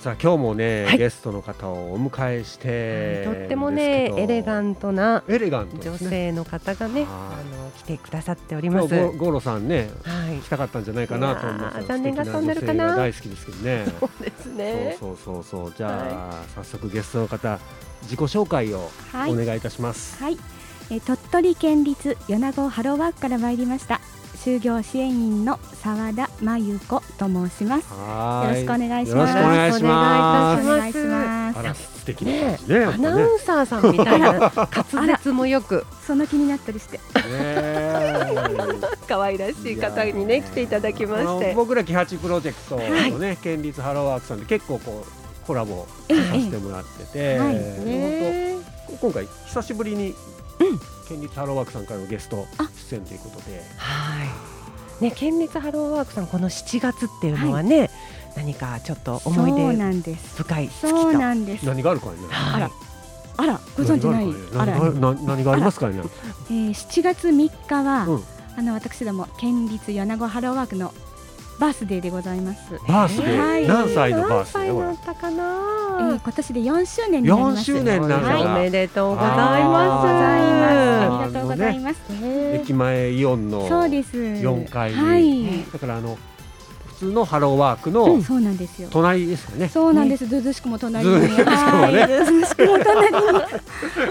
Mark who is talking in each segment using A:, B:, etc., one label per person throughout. A: さあ今日もね、
B: はい
A: ゲストの方をお迎えして、
B: とってもねエレガ
A: ン
B: ントな
A: エレガントで
B: 女
A: すね。
B: 性の方がね、
A: はい
B: あの来てくださっており
A: 今
B: ま
A: 日
B: す。
A: ゴ
B: は
A: ゴロさんね
B: い
A: 来、たかったんじゃないかなと思います
B: いや
A: よ。
B: ー残念が
A: 素敵
B: そうなるかな
A: 女性が大好きですけどね。
B: そうです ね。
A: そうそうそうそうじゃあ、早速ゲストの方自己紹介を
C: はい
A: お、願いいたします。
C: はいえー鳥取県立米子ハローワークから参りました就業支援員の澤田真由子と申します
A: はーい
C: よろしくお願いし
A: よろ
C: ま
A: し
C: す
A: くお願いしま
B: お
A: す。
B: 願いしま
C: お
A: あ
C: 願いし
A: ら
C: ます
A: 素敵な感
B: ね
A: じねやっ
B: ア
A: ぱ
B: ナ
A: ね
B: ウンサーさんみたいな滑舌もよく
C: その気になったりして
A: ねえ。
B: 可愛らしい方にね来ていただきまし
A: あの
B: て、
A: 僕らキハチプロジェクトのね、県立ハローワークさんで結構こうコラボ
C: ええ
A: させてもらってて、
C: はい
A: で
B: ね
A: 本当今回久しぶりに県立ハローワークさんからのゲスト出演ということで、
B: はい。ね県立ハローワークさんこの7月っていうのはね、何かちょっと思い
C: そう
B: 出
C: なんです
B: 深い月と
C: そうなんです
A: 何があるかね。
B: はい
C: あらあらご存知ないあ
A: 何があ
C: ら
A: るかね何があるな何がありますかね。
C: えー7月3日は、
A: うん
C: あの私ども県立米子ハローワークのバースデーでございます、え
A: バースデー、
C: はい
A: 何歳のバース
B: 何
A: デ
B: 歳
A: ーこれ
B: だったか
C: ー
B: な。
C: 今年で4周年になり
A: 4
C: ます
A: 周年なんだ
C: はい
A: が、
B: おめでとうござい
A: あ
B: ま
C: ありがとうございます、
B: す。ね
A: 駅前イオンの
C: そうです
A: 4階に
C: はい
A: だからあの普通のハローワーク
C: う
A: の
C: んそうなんですよ
A: 隣ですかね。
C: そうなんです、ずうずうしくも隣に、
A: ずうずうしくもね
C: はい、ずうずうしくも隣に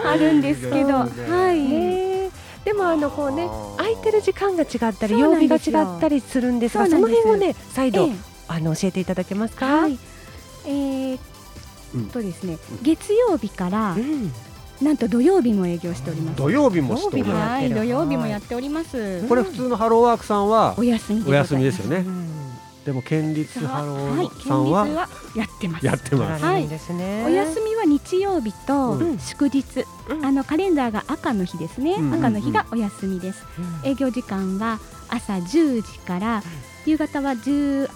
C: あるんですけど、
A: そうですね
C: はい、
B: ねでもあのこうね
A: あー
B: 空いてる時間が違ったり
C: そう
B: 曜
C: な
B: 日
C: ん
B: が
C: ですよ
B: 違ったりするんですが
C: そう
B: そ
C: な
B: の
C: んです
B: 辺をね再
C: え
B: 度
C: え
B: あの教えていただけますか。
C: はい、えー
A: うん
C: とですね
A: うん、
C: 月曜日から
B: うん
C: なんと土曜日も営業しております。
A: 土曜日もしており
B: 曜日も
A: ま
C: は
B: やって
C: い、
B: る
C: 土曜日もやっております
A: す。。これ普通のハローワークさんは
C: お休みで
A: お
C: ございます。
A: 休みですよね。
B: う
A: でも県立ハロ
C: はい、
A: ー
C: 県立
A: さんは
C: はやってます。
A: やって
B: ん
A: ます。
B: 取られるんですね。
C: お休みは日曜日と
A: うん
C: 祝日、
B: うん
C: あのカレンダーが赤の日です
A: う
C: ね、
A: んうんうん
C: 赤の日がお休みです
B: うん
C: 営業時間は朝10時から夕方は18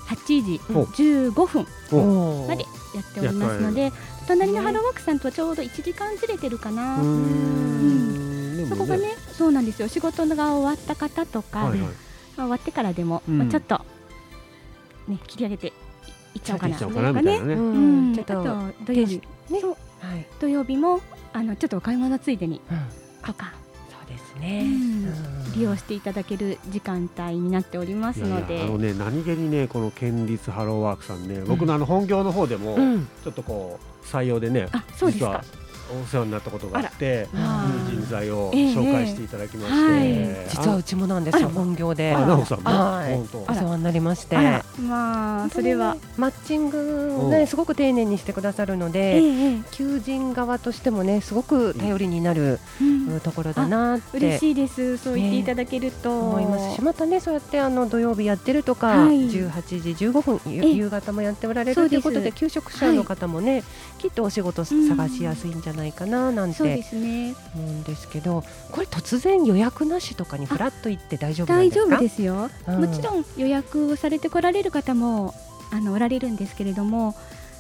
C: 時
A: お
C: 15分
A: お
B: おー
C: までやっておりますので隣のハローワークさんとはちょうど1時間ずれてるかな、
A: うーんでも
C: そこがねそうなんですよ仕事が終わった方とか、
A: はいはい
C: まあ終わってからでも、
A: うん
C: まあ、ちょっと、ね、切り上げていいっちゃおうか
A: で
C: な
A: きちゃおうかなみたいな
B: う
A: ね。
C: うん
B: んちょっ
C: あと
B: と
C: 土曜日
B: ね
C: そう
B: はい。
C: 土曜日もあのちょっとお買い物ついでにとか、
B: そうです
C: う
B: ね。
C: ん
B: うん
C: 利用していただける時間帯になっております
A: いやい
C: ので
A: やあのね何気にねこの県立ハローワークさんね僕のあの本業の方でも
B: うん
A: ちょっとこう採用でね
C: あそうです
A: 実
C: か
A: はお世話になったことがあって
B: あ
A: いい人材を
C: ええ
A: 紹介していただきまし
C: え
A: て
C: え
B: 実はうちもなんですよ
C: あら
B: 本業で
A: ああ。奈緒さん
B: はい
A: も本
B: お世話になりまして。
C: あらまあそれは、
B: マッチング
A: う
B: ね
A: ん
B: すごく丁寧にしてくださるの
C: ええ
B: で、
C: ええ
B: 求人側としてもねすごく頼りになる
C: うん
B: うんところだなっ
C: 嬉
B: て
C: しいですそう言っていただけると、
B: 思いますし、またねそうやってあの土曜日やってるとか、
C: はい
B: 18時15分ゆ
C: ええ
B: 夕方もやっておられ
C: そ
B: る
C: う
B: とい
C: で
B: う
C: す
B: ことで求職者の方もね、きっとお仕事
C: うん
B: 探しやすいんじゃないかななん
C: そうで
B: て
C: すね
B: 思うんですけどこれ突然予約なしとかにふらっと行って大丈夫なん
C: 大
B: です
C: 丈
B: か
C: 夫ですよ、
B: うん
C: もちろん予約をされてこられる方もあのおられるんですけれども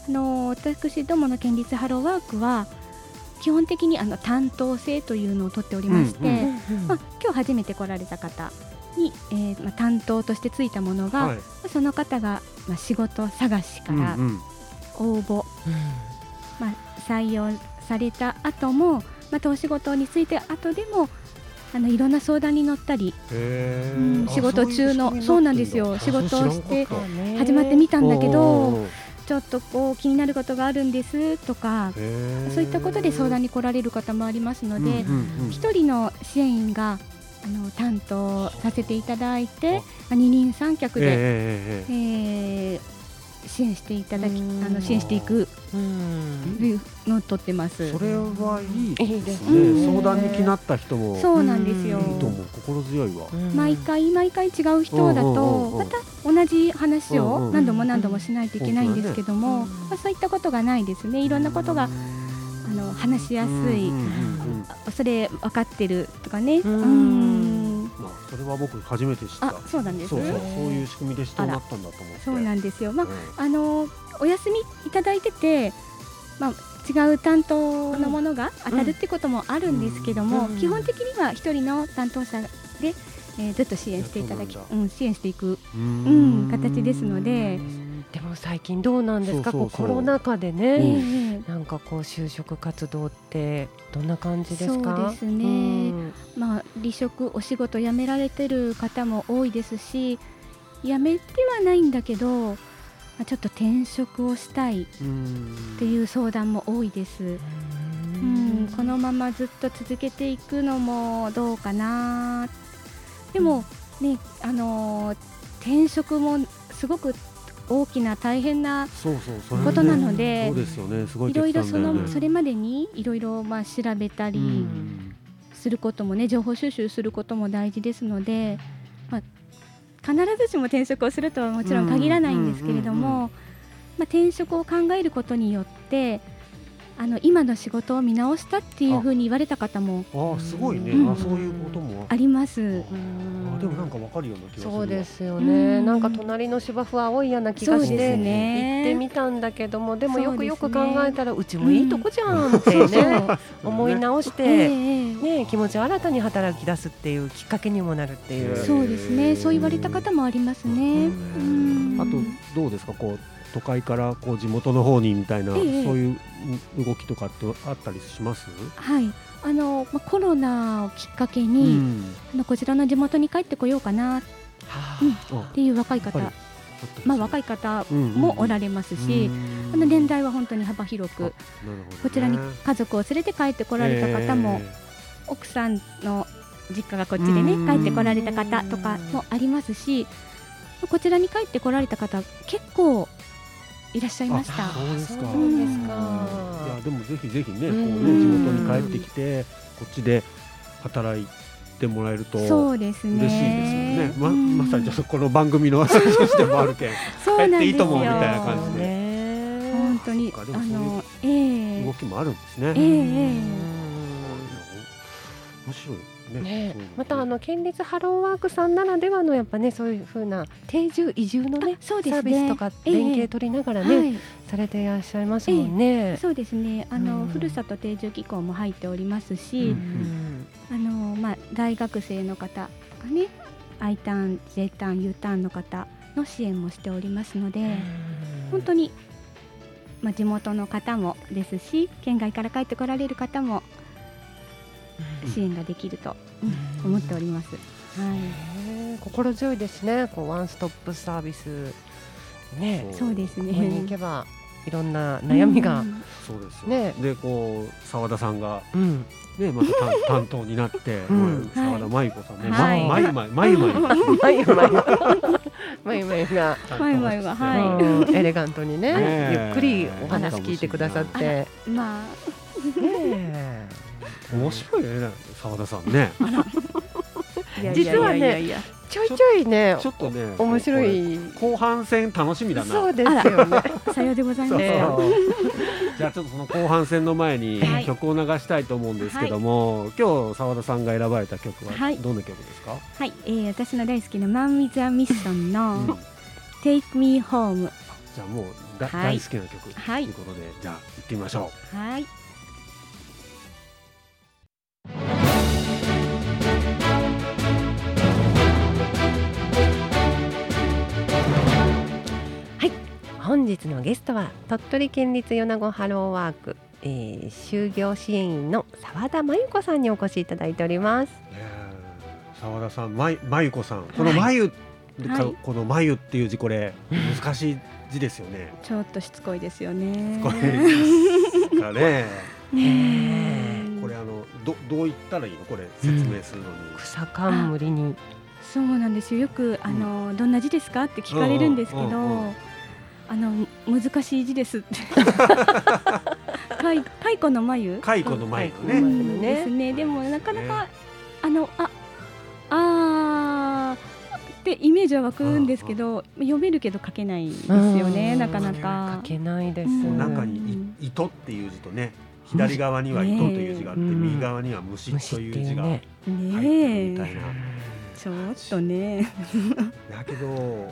C: あの私どもの県立ハローワークは基本的にあの担当制というのを取っておりまして、
A: うん
B: うんうん
C: まあ、今日初めて来られた方に、えーまあ、担当としてついたものが、
A: はい
C: その方が、まあ、仕事探し
A: う
C: か
A: ん
C: ら
A: うん
C: 応募、まあ、採用された後もまたお仕事について後でもあのいろんな相談に乗ったり
A: へ
C: う
A: ー
C: ん
A: あ
C: 仕事中の
A: そういう仕組みにってだ
C: そうなんですよ
A: あ
C: 仕事を
A: それ知らんかった
C: して
B: そうね
C: 始まってみたんだけ
A: おー
C: どちょっとこう気になることがあるんですとか
A: へー
C: そういったことで相談に来られる方もありますの
A: うん
C: で
A: うんうん
C: 一人の支援員があの担当させていただい
A: あ
C: てまあ二人三脚で、
A: ええええええ
C: えー支援していただきあ
B: うん
C: の支援していく
B: うん
C: というのを取ってます
A: それはいいです
C: いい
A: ね
C: ですね
A: 相談に来なった人も
C: そうなんですよ
A: いいと思う心強いわ
C: 毎回毎回違う人だ
A: うんうんうんう
C: と
A: ん
C: また同じ話
A: うんう
C: を
A: ん
C: 何度も何度もしないといけないんですけども、
B: うん
C: まあ、そういったことがないですねいろんなことがあの話しやす
A: う
C: い、
A: んうんうんうん
C: あそれ分かってるとかねう
B: う
C: ー
B: ん
C: ん
A: まあそれは僕初めて知った
C: あそうなんです
A: そう
C: ね
A: そうそういう仕組みで人になったんだと思って
C: そうなんですよ、まあ
A: うん
C: あのお休みいただいてて、まあ、違う担当のものが当たるってこともあるんですけども、
B: うん
C: 基本的には一人の担当者で、えーずっと支援していただき
A: そうなん
C: うん、支援していく
A: うーん
C: うん形ですので
B: でも最近どうなんですか
A: そうそうそう
B: こうコロナ禍で
A: う
B: ね、
A: ん
C: ええ
B: なんかこう就職活動ってどんな感じですか
C: そうですね
B: うん
C: まあ、離職お仕事辞められてる方も多いですし辞めてはないんだけど、まあ、ちょっと転職をしたいっ
A: うん
C: ていう相談も多いです、
B: う
C: うんん、このままずっと続けていくのもどうかなでもねあのー転職もすごく大きな大変な
A: そうそうそれ
C: ことなの
A: ね
C: で
A: そうですよねすごい
C: いろいろ
A: 決
C: そ
A: 断だよね
C: のそれまでにいろいろまあ調べたり、
A: うん
C: することもね情報収集することも大事ですので、まあ、必ずしも転職をするとはもちろん限らないんですけれども、
A: うんうんうんうん
C: まあ、転職を考えることによってあの今の仕事を見直したっていうふうに言われた方も
A: ああすごいね、
C: うん
A: あそういうことも
C: あります。
A: あでもなんかわかるような気がするわ
B: そうですよね、
C: うん
B: なんか隣の芝生は青いような気が
C: そ
B: し
C: うです
B: て、行
C: ね
B: ってみたんだけどもでもよくよく
C: そう
B: 考
C: ですね
B: えたらう,、ちもいいとこじゃ んってね、思い直し
C: ええ
B: て、
C: ええ
B: ね、気持ちを新たに働き出すっていうきっかけにもなるっていう。
A: え
C: そうですね、そう言われた方もありますね。うん
A: あとどうですかこう都会からこう地元の方にみたいな、
C: ええ
A: そういう動きとかってあったりします、
C: はい、あのまあコロナをきっかけ
A: う
C: に、
A: ん
C: あのこちらの地元に帰ってこようかなっ
B: は
A: あ
C: ていう若い方、
A: やっぱり
C: まあ若
A: い
C: い方もおられますし、あの年代は本当に幅広く、こちらに家族を連れて帰ってこられた方も、奥さんの実家がこっちで
A: うん
C: ね、帰ってこられた方とかもありますし、こちらに帰ってこられた方、結構いらっしゃいまし
A: あ
C: た。
A: そうですか
B: そうなんですか
A: いやでもぜひぜひねこう
B: う
A: ね
B: ん
A: 地元に帰ってきてこっちで働いてもらえると
C: そうですね。
A: 嬉しいですよね。ま
C: うん
A: まさにちょっとこの番組の話としてもあるけん、
C: そうなんです
A: 帰って
C: よ。
A: いいと思うみたいな感じで
B: ね
C: 本当に
A: そ
C: あ
A: っかでもそういう
C: のえ
A: 動
C: え
A: きもあるんですね。
C: ええ
A: 面白いね。そう
B: ね
A: いうのね、
B: またあの県立ハローワークさんならではのやっぱねそういうふうな定住移住のね
C: あそうで
B: サー
C: すね
B: ビスとか
C: ええ
B: 連携取りながらね、
C: はい。
B: されていらっしゃいますもんね。
C: そうですね。あ
B: う
C: の
B: ん
C: ふるさと定住機構も入っておりますし。
A: うん
C: あのまあ、大学生の方とかね I ターン J ターン U ターンの方の支援もしておりますので、本当
B: に
C: に、まあ、地元の方もですし県外から帰ってこられる方も支援ができると思っております。はい
B: 心強いですね。こうワンストップサービスね、
A: ん
C: そうです
B: ここに行け
C: ね。
B: ばいろんな悩みが
C: う、ん
A: そうですよ。
B: ね
A: でこう澤田さんが
B: うん、
A: ねまた担担当になって、
B: うん
A: 澤田舞子さんね、
C: はい
A: ままいまいまいまい
B: まゆまゆまゆまゆが、
C: まいまいははい
B: うんエレガントにね
A: ねえ
B: ゆっくりお話聞いてくださって、
C: まあ
B: ねえ
A: 面白いね澤田さんね。
B: いやいやいやいや実はねちょいちょいね
A: ちょっとね
B: 面白
A: こ
B: い
A: れ後半戦楽しみだな。
B: そうですよね。
C: さようでございます。
B: ね
A: じゃあちょっとその後半戦の前に
C: はい
A: 曲を流したいと思うんですけども、今日澤田さんが選ばれた曲は
C: はい
A: どんな曲ですか、
C: はい、えー私の大好きなマン・ウィズ・ア・ミッション
A: うん
C: の「Take Me Home
A: じゃあもうだ、
C: はい
A: 大好きな曲と
C: はい
A: いうことで、じゃあ行ってみましょ」
C: はい。
B: 本日のゲストは鳥取県立米子ハローワーク、えー就業支援員の澤田真由子さんにお越しいただいております。
A: う。ねえ澤田さん、まゆまゆこさん、このまゆ、か
C: はい
A: このまゆっていう字これ難しい字ですよね。
C: ちょっとしつこいですよね。
A: これですかね。
B: ね
C: うん
A: これあのどどう言ったらいいのこれ説明するのに。
B: 草冠に
C: そうなんですよよくあの、どんな字ですかって聞かれるんですけど、
A: うんうんうん
C: あの難しい字ですって 太太古の眉
A: 蚕のまゆ
B: う
A: ね。
C: うんですねでもなかなか、
A: ね
C: あのああーってイメージは湧くんですけど、読めるけど書けないですよね、
B: うん
C: なかな
B: 書
C: か。
B: けないです。
C: うん
A: 中にい糸っていう字とね左側には糸という字があって、
B: ねえ
A: 右側には虫
B: 虫
A: と
B: って
A: い
B: いう
A: 字
B: う
A: が
B: ね。
A: 入ってる
C: ね
A: みたい
C: え
A: な、
C: ちょっとね
A: だけど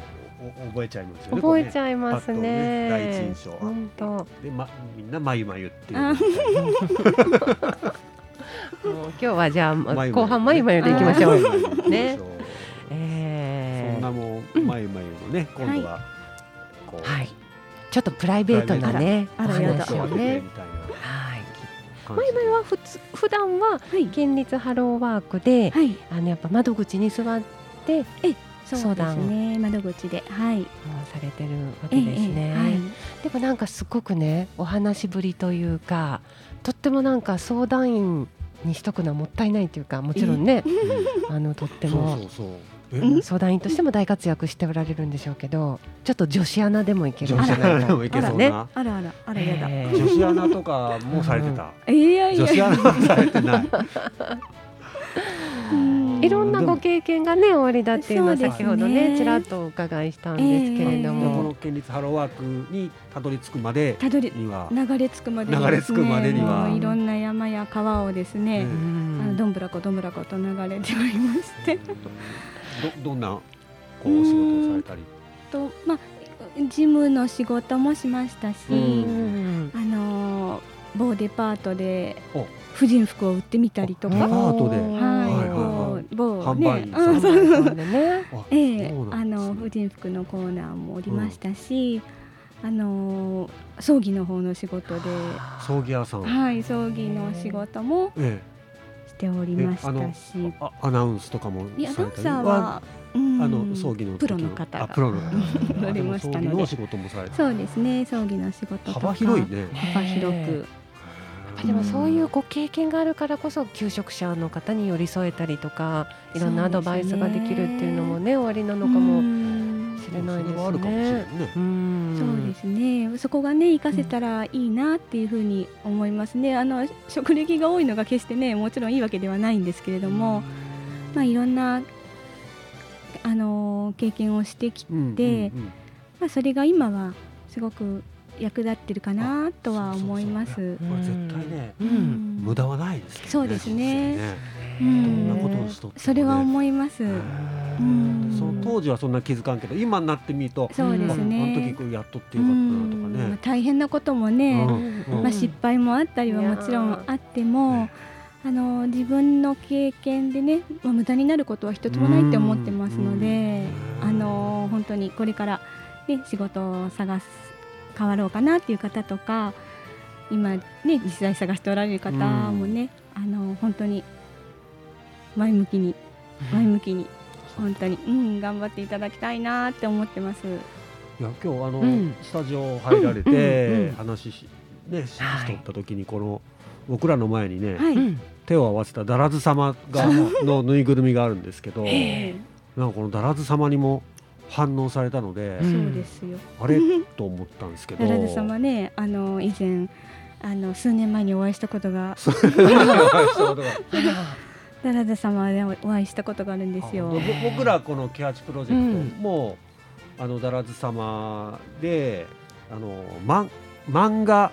A: お覚えちゃいますよね
B: 覚えち
A: ゃ
B: ゃいます
A: これね
B: ね。
A: 第一印象
B: 本当。も
A: で、ま、みんな「まゆまゆ」っていう
C: あ
B: う今日はじゃあ
A: ま
B: ま
A: ゆまゆ
B: 後半まゆまゆでいきましょ
A: ま
B: う。
A: ゆまゆでいきましょう
B: え
A: そん
B: ー
A: なもう「まゆまゆ」のね今度はこう、
B: はい、ちょっとプライベートなね、お
C: あらあらやだ
B: 話をね。
A: みたいな
B: はい。
A: 感
B: ま
A: じ
B: い
A: で
B: まいは普通普段は
C: はい
B: 県立ハローワークで、
C: はい
B: あのやっぱ窓口に座って
C: そうで
B: 相
C: すね窓口ではい
B: されてるわけですね、でもなんかすごくねお話ぶりというかとってもなんか相談員にしとくのはもったいないというかもちろんね、あのとって
A: うんそ
B: も
A: うそうそう
C: うん
B: 相談員としても大活躍しておられるんでしょうけどちょっと女子アナでもいけ
A: え
B: る
A: 女子アナでも
B: い
A: いけそう
B: ね
A: な
C: あらあらあらやだ
B: え
A: 女子アナとかもされてた
C: いやい
A: 女
C: や
A: 子アナはされて ない
C: うん
B: ーいろんなご経験がねおありだっていうのは
C: そう
A: です
B: 先
A: ね
B: ほどねちらっとお伺いしたんですけれど
A: でこ
B: も、
A: の県立ハローワークにたどり着くまで
C: たどり
A: には
C: 流れ着くまでに
A: 流れ着くまでには
C: もういろんな山や川をですね、
A: うん
B: うん
C: あのどんぶらこどんぶらこと流れておりまして
A: どどんなこうお仕事をされたり
C: とまあ事務の仕事もしましたし、
A: うん
B: うん
C: あのー某デパートで
A: お
C: 婦人服を売ってみたりと
A: デパ
C: か、
A: ートで
B: お
C: は
A: はい
C: い
A: はいは
C: 某某
A: 販売
C: ね
A: 員、さ
C: うんんそう
B: そうなんだね
A: あ
C: ええ
A: そうな
C: あ
A: んですね
C: の婦人服のコーナーもおりましたし、あのー葬儀の方の仕事で、
A: 葬儀屋さん
C: はい葬儀の仕事も
A: え
C: しており
A: ええ
C: まし
A: あの
C: たし、
A: あアナウンスとかも
C: いや
A: さ
C: ダ
A: れ
C: ン
A: たり
C: サーは、うん
A: あの葬儀の時
C: プロの方が
A: あプロの方
C: 乗りましたの
A: あも葬儀
C: で
A: のお仕事もされて
C: そうですね葬儀の仕事とか
A: 幅広いね
C: 幅広く
B: あでもそういうご経験があるからこそ求職者の方に寄り添えたりとかいろんなアドバイスができるっていうのもね終わりなのか
C: う
B: も
C: ん
B: しれないで
A: それはあ
B: す
A: るかもしれ
B: ね。
A: んね
B: うん
C: そうですねそこがね活かせたらいいなっていうふうに思いますね、あの職歴が多いのが決してねもちろんいいわけではないんですけれども、まあ、いろんなあの経験をしてきて、
A: うん
C: で
A: うんうん
C: まあ、それが今はすごく役立ってるかなとは思います。
A: そうそうそうこれ絶対ね
B: う
C: うんん
A: 無駄はないですけどね
C: そうですね
A: 人生ね
C: う
A: ど
C: ん
A: んなことをしとってもね
C: それは思います。
A: へえ
C: うん
A: その当時はそんな気づかんけど今になってみると
C: そうです
A: ああの時
C: ね。
A: これやっとって
C: う
A: よかったな
C: ん
A: とか
C: まあ
A: ね
C: 大変なこともね、
A: うんうん
C: まあ、失敗もあったりはもちろんあっても
A: ね、
C: あの自分の経験でね、まあ、無駄になることは一つもないって思ってますので、
A: うん
C: あの本当にこれから、ね、仕事を探す変わろうかなっていう方とか今、ね、実際探しておられる方もね、あの本当に前向きに前向きに本当に、うん、頑張っていただきたいなって思ってます。
A: いや今日あの、
B: うん
A: スタジオ入られて、
B: うんうんうん
A: 話しねし
B: はい
A: しとった時にこの僕らの前にね、
C: はい、
B: うん
A: 手を合わせただらず様がのぬいぐるみがあるんですけど
B: へえ
A: なんかこのだらず様にも反応されたので、
B: ん
C: そうですよ。
A: あれと思ったんですけど
C: 奈良田様ね、あの以前あの数年前にお会いしたことが
A: そうで
C: 奈良田様でお会いしたことがあるんですよ。
A: 僕らこの「ケアチプロジェクトも」あのだらず様であの、ま、漫画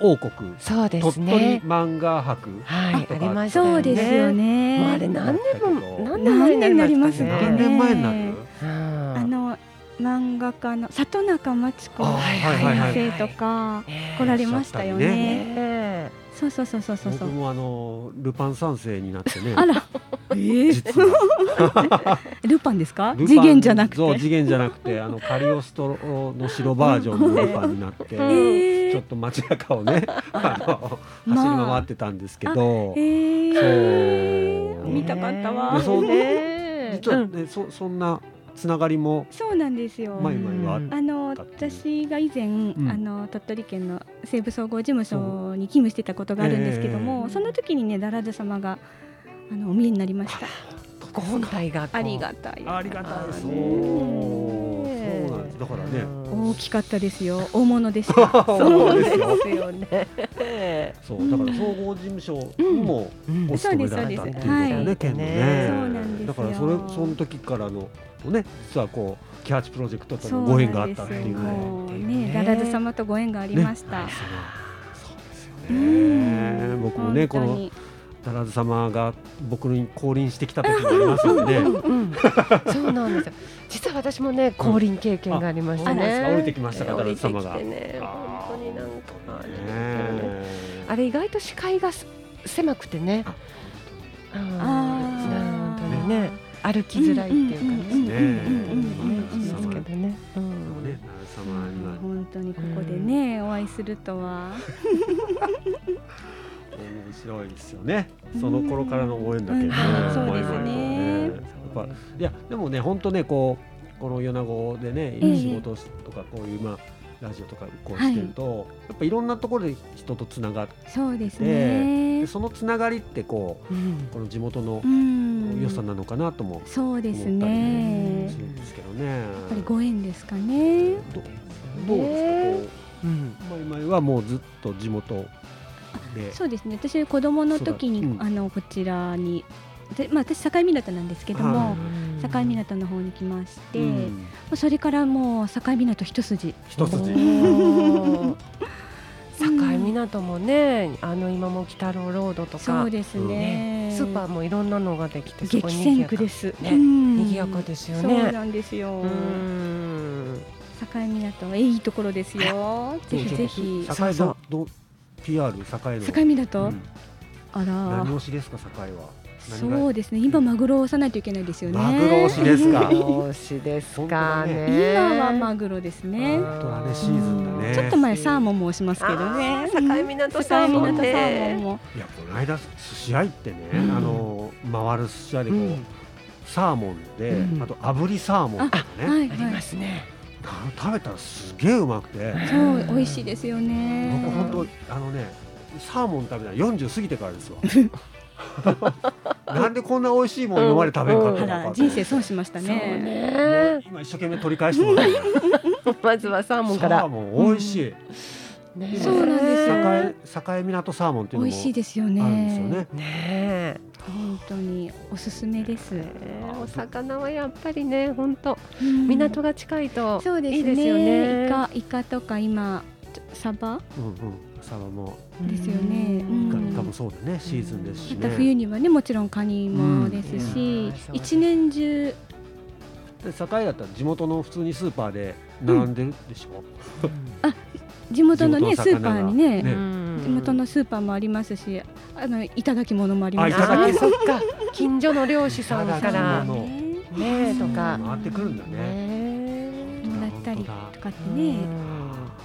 A: 王国、
B: そうで
A: 鳥
B: す
A: 取
B: ね。
A: 漫画博
B: はい、
A: と
B: あ
A: か
B: りました
C: そうですよね。
B: もうあれ何年も何年前
C: 何
B: に
C: 年
B: な
C: にな
B: り
C: り
B: ま
C: ますす
B: か
C: か
A: 何
B: ね。
A: 年前になる
B: うん
C: あの漫画家の里中真知子
A: あはいはいはい
C: 先生とか
B: ね
C: 来られましたよ
A: いらっしゃったり
B: ね
C: ね。
B: え
C: そうそうそうそうそうそ
A: 僕
C: う。
A: もあのルパン三世になってね
C: あら、え
A: 実は
C: ルパンですか？
A: ルパン
C: 次元じゃなく
A: そう
C: て。
A: 次元じゃなくてあのカリオストロの白バージョンのルパンになって、
B: うん
C: え
A: ちょ
C: ー
A: っと街中をねあの
C: まあ
A: 走り回ってたんですけど、
C: えー
A: そう
C: 見たかったわ
A: で。そう
B: ね
A: 実はね、そそんなつながりも
C: そうなんですよ。
A: まあ今はあって
C: あの
A: だっていう
C: 私が以前、
A: ん
C: あの鳥取県の西部総合事務所に勤務してたことがあるんですけども、
B: ええ
C: その時にねだらず様があのお見えになりました
B: ご本体がこう
C: ありがたい
A: ありがたいです
B: ね
A: ねそうなんですだからね
C: 大
B: い
C: きかったですよ大物でした
B: そ
A: そうう
B: で
A: ですすよ
B: よね。
A: そうだから総合事務所にも
B: うん
A: お勤めだったっていうことだよ
B: そうですそうですは
A: ね
B: い
A: 県の
B: ね
A: ね
C: そうなんですよ
A: だからそれその時からのね実はこうキャッチプロジェクトとのご縁があったっていう
C: そうなんですよもう
B: ね
C: ねだらず様とご縁がありまし
A: ね
C: た、
A: そうですよ
C: う
A: ね
C: ん
A: 僕もねこ
C: 本当
A: の
C: に
A: だらず様が僕に降臨してきた時もありますよね
B: うんそうなんですよ。実は私もね降臨経験がありました
A: あそうです
B: ね。
A: か降りてきましたか
B: えー
A: だらず様が
B: 降りてきてね
A: あー
B: 本当になんかあれですよね
A: ね
B: あれ意外と視界がす狭くてね。あ
C: あー
B: ー本当にね。歩きづらいっていうかね。
C: うん
A: う
C: うん
A: んうん
B: ねですけどね。う
A: でも
B: ん
A: ね、奈良様には、
C: 本当にここでね、お会いするとは。
A: 面白いですよね。その頃からの応援だけどね
B: うん、そう
A: 思い
B: で
A: もよ
B: す
A: りも
C: ね
A: やっぱ、いや、でもね、本当ね、こう、この米子でね、
C: ええ
A: 仕事とか、こういう、まあ。ラジオとかこうしてると、やっぱいろんなところで人とつながって
C: そうです
A: で
C: ね。
A: そのつながりってこ
B: うん
A: うこの地元の
C: うん
A: 良さなのかなとも
C: そうです
A: 思
C: ね
A: す。るんですけどね。
C: やっぱりご縁ですかね。
A: どどうですか
B: うん
A: こう前々はもうずっと地元で
C: そうですね。私子供の時に、
A: そうだうん
C: あのこちらに、でまあ私境港なんですけども、
A: は
C: 境港の方に来まして、
A: うん
C: まあそれからもう境港一筋。
A: 一筋
B: おー 境港もね、あの今も鬼太郎ロードと
C: そ
B: か
C: う、ですね。
B: スーパーもいろんなのができて、
C: 激戦区ですす。
B: ね
C: うん
B: ごい賑やか。賑やかですよ
C: そう
B: ね。
C: なんですよ
B: う。ん
C: 境港えいいところですよ。ぜひぜ
A: 境
C: ひ。境
B: そうそう
A: のど PR 境の
C: 港、
A: うん
C: あら
A: 何。推しですか境は何が
C: そうですね。今マグロを押さないといけないですよね。
A: マグロ推しですか
B: どうしですかね。
C: 今はマグロですね。
A: 本当だねシーズンだね
C: ちょっと前サーモンも押しますけど
B: あ
C: ね
B: ー。境港サーモン
C: 境港サーモン
B: ね。
C: も。
A: いやこの間寿司屋行ってね
B: うん
A: あの回る寿司屋で
B: う
A: こ
B: ん
A: うサーモンで
B: うん
A: あと炙りサーモンとか
C: は
A: ね
C: い
B: あり
C: は
B: ま
C: い。
B: すね。
A: あの食べたらすげえうまくて
C: そう美味しいですよね。
A: 僕本当あのねサーモン食べたら40過ぎてからです わなんでこんな美味しいもん今まで食べんかったのかと
C: あら
A: 思って
C: 人生損しました
B: そう
C: ね。
B: ね。
A: 今一生懸命取り返してもらって
B: まずはサーモンか
A: サー
B: ら。
A: モン美味しい、
B: ね
A: 今
C: そうなんですよ
A: 栄栄港サーモンってい
C: 美
A: うの
C: 味
A: も
C: しいですよ
A: あるんですよね
C: ね。
B: ねえ。
C: 本当におすすめです。
B: ねお魚はやっぱりね、本当
C: うん
B: 港が近いと
C: そうですね。
B: いいですよね。
C: イカイカとか今ちょサバ
A: うんうんサーモンも
C: ですよね
B: う
A: イカ,、
C: うん
A: イカもそうだねシーズンですし
C: ま
A: ね
C: た冬にはねもちろんカニもで
B: うん
C: す
B: あ
C: し
B: ーそう、です
C: 一年中
A: で境だったら地元の普通にスーパーで並んでるでしょ、
C: 地元のね
A: 地
C: ス
A: 元の魚が
C: ーパーにね
A: ね
B: うん
C: 地元のスーパーもありますし、あのいただき物もあり
B: あ
C: ます
A: あ
B: ー
A: いただき
B: そっか近所の漁師さん
A: だ
B: か
A: き物
B: ら
A: も
C: ね
B: ねえとか
A: 回ってくるんだ
B: ね
A: ね
B: え
C: もらったりとかってね、
A: うん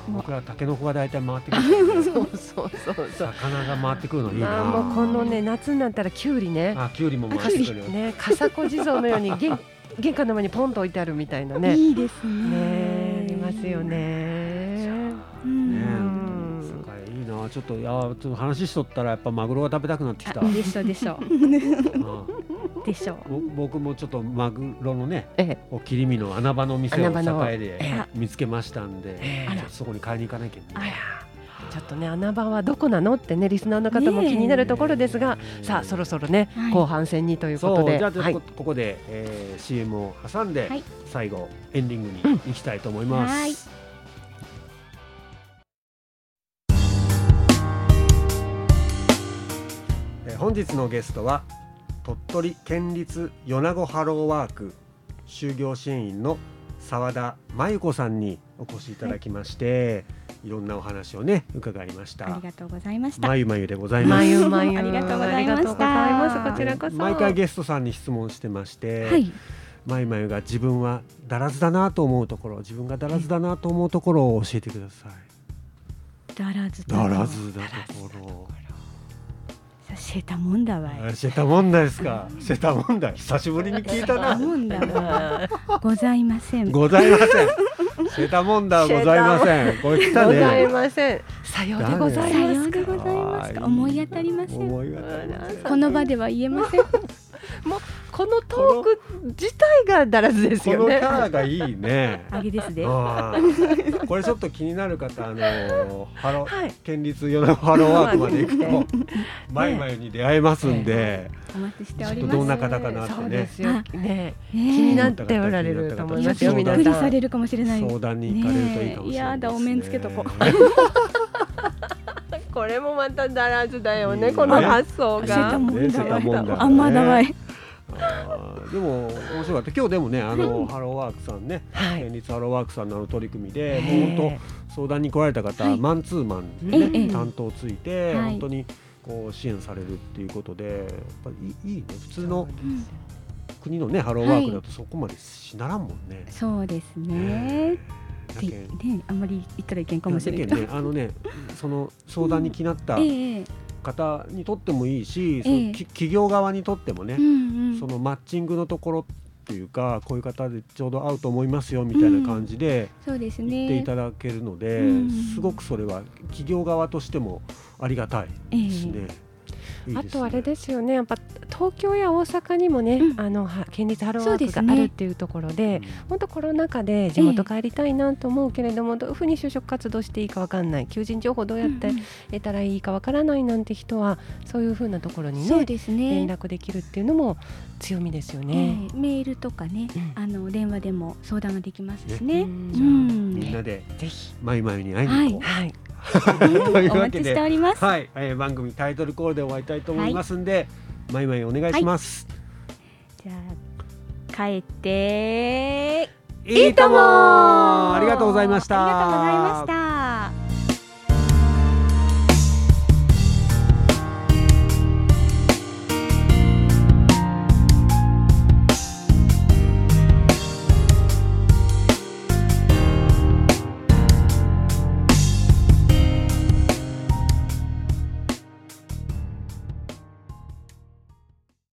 A: 僕らタケノコが大体回ってくる、
B: うん そうそうそうそう
A: 魚が回ってくるのいいな
B: まあもうこのね夏になったらきゅうりね
A: あキュウリも
B: か
A: 回ってくるよ
B: ね笠子地蔵のように玄玄関の前にポンと置いてあるみたいないねね
C: いですね。
B: えありますよ。ね
C: うん
A: ね
B: うん
A: え境いいなちょっといやちょっと話しとったらやっぱマグロが食べたくなってきた、
C: あでしょで しょ
A: うん
C: でしょ。
A: ぼ僕もちょっとマグロのね
B: ええ
A: こう切り身の穴場の店を
B: 穴場の
A: 栄
B: え
A: で
B: え
A: 見つけましたんで、
B: ええ
A: ちょっとそこに買いに行かなきゃ
C: あら
A: ね。
B: ちょっとね穴場はどこなのってねリスナーの方も気になるところですが、さあそろそろね、
C: はい
B: 後半戦にというこ
A: そ
B: と
A: う
B: で
A: じゃあちょっ
B: は
A: と
B: い
A: こ、ここで、えー、CM を挟んで、
C: はい
A: 最後エンディングに行きたいと思います。
C: はい
A: えー本日のゲストは鳥取県立米子ハローワーク就業支援員の澤田真由子さんにお越しいただきまして、い、ろんなお話をね伺いまし
C: あ
A: た
C: り。がとうございました。
A: まゆまゆでございます。
B: まゆまゆ
C: ありがとうございま
B: ありがと
C: した
B: うございますこちらこそ
A: 毎回ゲストさんに質問してまして、
C: はい。
A: まゆまゆが自分はだらずだなと思うところ自分がだらずだなと思うところを教えてください
C: だらずと
A: だらずだとこ
C: させたもんだわい。
A: ろシェタ問題ですかシェタ問題久しぶりに聞いた
C: た
A: な
C: もんだわ
B: あー
C: ございませ ん。
A: ございませんシェタ問題はございませんこれ来た
B: ござい
A: ね
B: ませんさようでござい
C: さ
B: ま
C: よ
B: す
C: う
B: か
C: でございますか。思い当たりません。
A: 思い当たりません
C: この場では言えません。
B: このトーク自体がだらずです
A: この
B: よ
A: キ
B: ね
A: ャラがいいね
C: あげですで。
A: あーこれちょっと気になる方あのーハロ
B: はい
A: 県立米子ハローワークまで行くとまゆまゆに出会えますんで、
C: お待ちしてお
A: ちょっ
C: り
A: と
C: ます。
A: どんな方かなって
B: そうで
A: ね
B: すよね
C: ねえ
B: 気になっておられると思いますよ
A: 気に
C: び
A: な
C: っ
B: 皆
A: た方
B: さ
C: くりさ
B: ん
C: れるかもしれない。
A: 相談に行かれるといいかもしれないです、ね。
C: ねえいやだお面つけとこ
B: これもまただらずだよ
A: いい
B: ね
A: ね
B: この発想
C: 教えた
B: が
C: もん
A: 教えたもんだ
C: だ
A: わ
C: わ。あんまだわい。
A: あーでも面白かった。今日でもねあのハローワークさんね、
B: はい
A: 県立ハローワークさんのあの取り組みで、
B: ええ
A: もう本当相談に来られた方、
C: はい
A: マンツーマン
C: え
A: で
C: え
A: ね
C: ええ
A: 担当ついて、
C: はい
A: 本当にこう支援されるっていうことで、やっぱりいいいいね普通の国のねハローワークだとそこまでしならんもんね。
C: そうです
A: え
C: ね。
A: ーだ
C: って
A: けん
C: ね、あんまり言ったらいけんかもしれない
A: や
C: け
A: だ
C: ど。
A: けんねあのねその相談に気になった
C: えええ
A: 方にとってもいいし、そ
C: ええ
A: のき企業側にとってもね
C: え、うんうん。
A: そのマッチングのところっていうかこういう方でちょうど合うと思いますよみたいな感じで
C: そうです
A: 言ってい
C: ね。
A: ただけるので、
C: うん
A: すごくそれは企業側としてもありがたい
C: ええ
A: ですね。いい
B: あ
A: ですね
B: とあれですよねやっぱ東京や大阪にもね、
C: うん
B: あのは県立ハロー
C: そ
B: ワ
C: うで
B: ー
C: す
B: ク
C: ね
B: があるっていうところで本当コロナ禍で地元帰りたいなと思うけれども、どういうふうに就職活動していいかわかんない求人情報どうやって
C: うんうん
B: 得たらいいかわからないなんて人はそういうふうなところに
C: そう
B: ね
C: です
B: 連
C: ね。
B: 絡できるっていうのも強みですよ
C: え
B: ね。
C: えメールとかね
B: うん、
C: あの電話でも相談ができますし
B: う
C: ね。
B: ん
A: じゃあ
C: うん
A: みんなで
B: ぜひ、
A: まゆまゆに会いに行こう。
B: はい、
A: と いう
C: お
A: わ
C: 待
A: け
C: ちし
A: で
C: ております。
A: はい、えー、番組タイトルコールで終わりたいと思いますんで、まいまいお願いします。
C: じゃあ帰って
A: い、いとも
C: あ
A: ありがとうございました。
C: ありがとうございました。